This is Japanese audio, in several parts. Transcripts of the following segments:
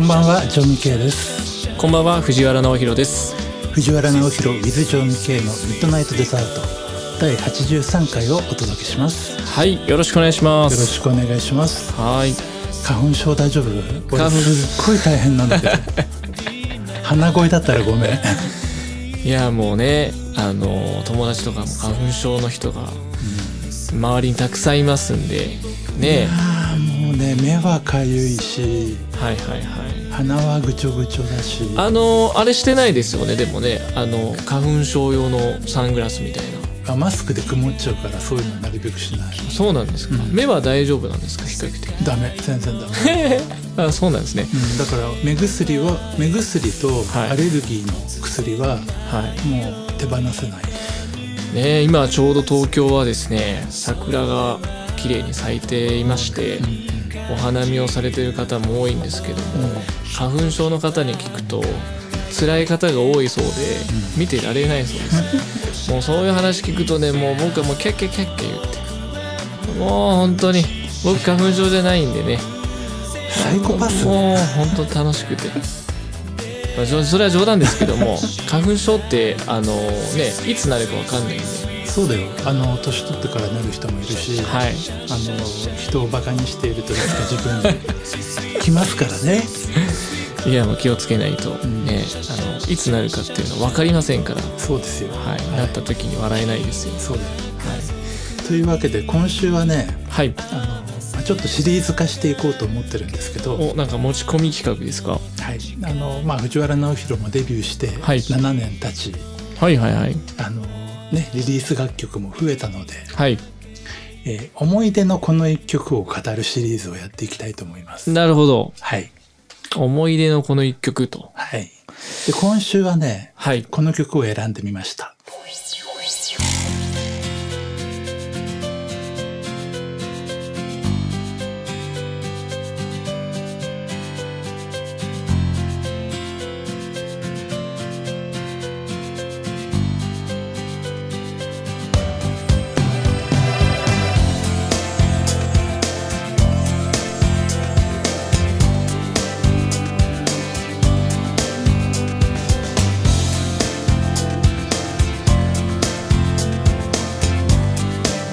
んは調味系ですこんばんは藤原直弘です藤原直弘 with 調味系のミッドナイトデザート第83回をお届けしますよはいよろしくお願いしまろすしくお願いしますはい花粉症大丈夫花粉俺すっごい大変なんだけど 鼻声だったら ごめんいやもうねあの友達とかも花粉症の人が周りにたくさんいますんでねあーもうね目はかゆいしはいはいはい鼻はぐちょぐちょだしああのあれしてないですよねでもねあの花粉症用のサングラスみたいなマスクで曇っちゃうからそういうのなるべくしないそうなんですか、目は大丈夫なんですか比較的ダメ全然ダ メあそうなんですねうん、だから目薬は目薬とはいアレルギーの薬ははいもう手放せない、ねえ今ちょうど東京はですね桜が綺麗に咲いていまして、お花見をされている方も多いんですけども、花粉症の方に聞くと辛い方が多いそうで、見てられないそうです、 もうそういう話聞くとねもう僕はもうキャッキャキャッキャ言ってもう本当に僕花粉症じゃないんでねサイコパスもう本当楽しくて、まあじょ、それは冗談ですけど も花粉症ってあのねいつなるかわかんないんでそうだよあの年取ってからなる人もいるし、はいあの人をバカにしているというか自分に来ますからねいやもう気をつけないと、ねあのいつなるかっていうのは分かりませんから、そうですよはいなった時に笑えないですよそうだよはというわけで今週はねい、はい、あのまあちょっとシリーズ化していこうと思ってるんですけど、はいおなんか持ち込み企画ですかあのまあ、藤原直弘もデビューしてはい7年経ち、はいはいはいあのね、リリース楽曲も増えたのではいえー思い出のこの一曲を語るシリーズをやっていきたいと思います。なるほどはい。思い出のこの一曲とはい。で、今週はね、はいこの曲を選んでみました。 「誰かが分かっ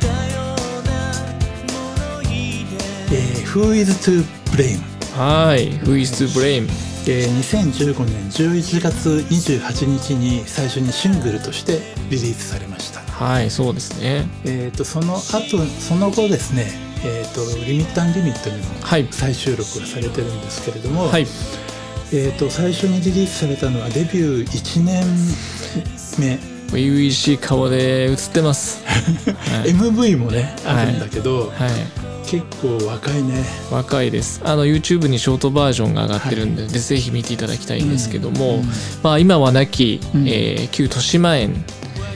たような物言いで」えー Who is to blame? はい「Who is to blame えー2015年11月28日に最初にシングルとしてリリースされました」。はいそうですねえっ、と、その後、その後ですね、えっ、と、リミットアンリミットにもはい再収録がされてるんですけれども、はいえっ、と、最初にリリースされたのはデビュー1年目。初々しい顔で映って ますはい、 MV もねはいあるんだけど、はい、結構若いね若いですあの YouTube にショートバージョンが上がってるんで,、でぜひ見ていただきたいんですけども、うんまあ、今は亡き、うんえー旧豊島園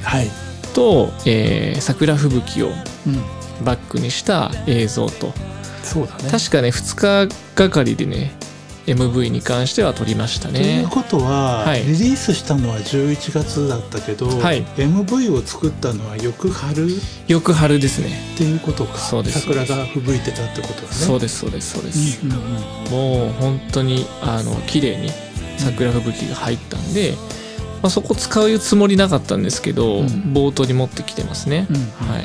はい、と、えー桜吹雪をうん、バックにした映像と、そうだね確かね2日がかりでね MV に関しては撮りましたといねうことは、はいリリースしたのは11月だったけど、はい MV を作ったのは翌春っよく春ですねていうことかそうです桜が吹雪いてたってことだねそうですそうですそうです、うんうんうんもう本当にあの綺麗に桜吹雪が入ったんで、まあ、そこ使うつもりなかったんですけど、うん冒頭に持ってきてますね、うんはい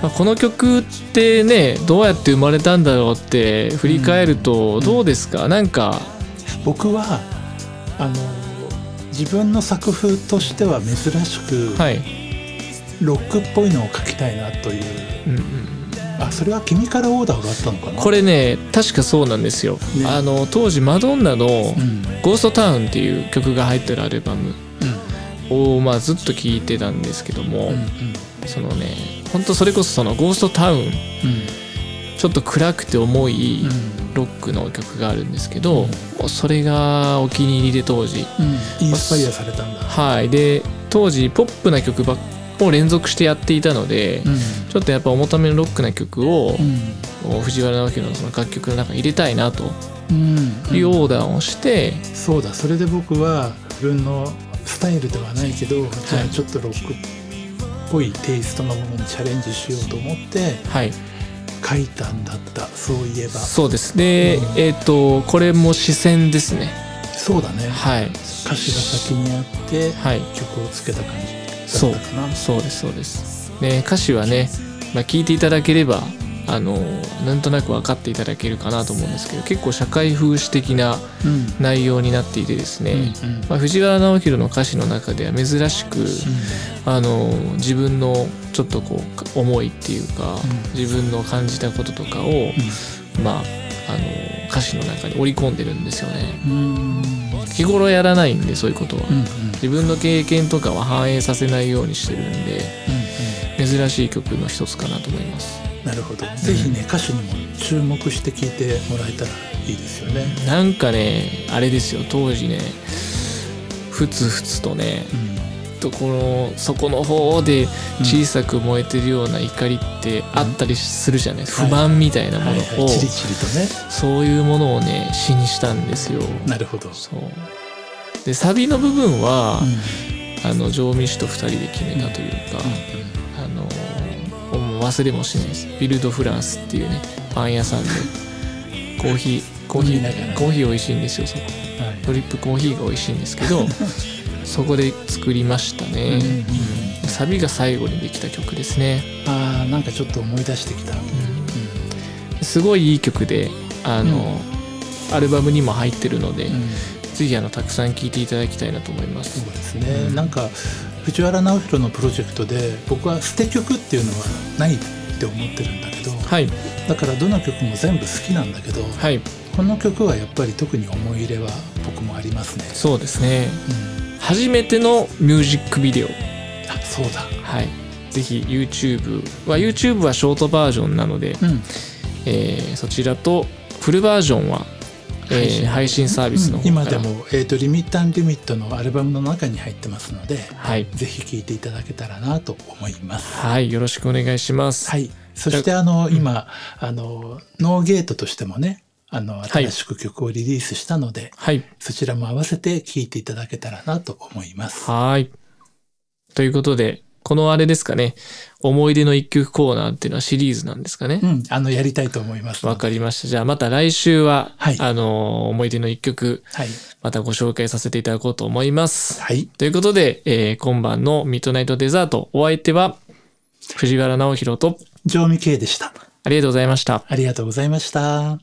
まあ、この曲ってねどうやって生まれたんだろうって振り返るとどうですか、なんか僕はあの自分の作風としては珍しく、はい、ロックっぽいのを書きたいなといううんうん、あそれは「君からオーダー」があったのかなこれね確かそうなんですよ、ねあの当時マドンナのうん「ゴーストタウン」っていう曲が入ってるアルバムうを、まあ、ずっと聴いてたんですけども、んうんうんそのね本当それこそその「ゴーストタウン」うんちょっと暗くて重いうんロックの曲があるんですけど、もうそれがお気に入りで当時インスパイアされたんだ。はいで当時ポップな曲ばっを連続してやっていたので、ん。ちょっとやっぱ重ためのロックな曲をう、ん。藤原直樹のその楽曲の中に入れたいなとうん。いうオーダーをして、そうだ、それで僕は自分のスタイルではないけど、じゃあちょっとロックっこいいテイストのものにチャレンジしようと思ってはい書いたんだったそういえばそうですで、うんえっ、とこれも視線ですねそうだねはい歌詞が先にあってはい曲をつけた感じそだうったかなそうですそうですね歌詞はねまあ、聞いていただければあのなんとなく分かっていただけるかなと思うんですけど結構社会風刺的なうん内容になっていてですね、うんうんまあ、藤原直弘の歌詞の中では珍しく、あの自分のちょっとこうか思いっていうか、うん自分の感じたこととかを、まあ、あの歌詞の中に織り込んでるんですよねうん日頃やらないんでそういうことは、うんうん自分の経験とかは反映させないようにしてるんでうん珍しい曲の一つかなと思いますうんなるほどぜひね歌詞にも注目して聴いてもらえたらいいですよねなんかねあれですよ当時ねふつふつとねうんとこの底の方で小さく燃えてるような怒りってあったりするじゃない、うん不満みたいなもはいのはをいチリチリとねそういうものをね詩にしたんですよ。なるほどそうでサビの部分はうん、あの常民主と2人で決めたというか、あのもう忘れもしないですビルド・フランスっていうねパン屋 さんでコーヒーコーヒ飲みながらねーコーヒー美味しいんですよそこはいドリップコーヒーが美味しいんですけ どそこで作りましたね、うんうんうんサビが最後にできた曲ですね、あーなんかちょっと思い出してきた、うんすごいいい曲であの、アルバムにも入ってるので、うんぜひあのたくさん聴いていただきたいなと思いまそすうですね、なんか藤原直弘のプロジェクトで僕は捨て曲っていうのはないって思ってるんだけどはいだからどの曲も全部好きなんだけど、はいこの曲はやっぱり特に思い入れは僕もありますね、そうですねうん、初めてのミュージックビデオあそうだはいぜひ YouTube は YouTube はショートバージョンなので、うんえーそちらとフルバージョンは、えー配信サービスの方から、今でも、えーと「リミット・アンリミット」のアルバムの中に入ってますのではいぜひ聴いていただけたらなと思いますはいよろしくお願いしますはいそしてあの今あのノーゲートとしてもねあのい新しく曲をリリースしたので、はいそちらも合わせて聴いていただけたらなと思います。はい。ということで、このあれですかね、思い出の一曲コーナーっていうのはシリーズなんですかねう。ん、あの、やりたいと思います。わ、かりました。じゃあまた来週は、はいあのー思い出の一曲、はい。またご紹介させていただこうと思います。はい。ということで、えー今晩のミッドナイトデザート、お相手は、藤原直弘と、常味系でした。ありがとうございました。ありがとうございました。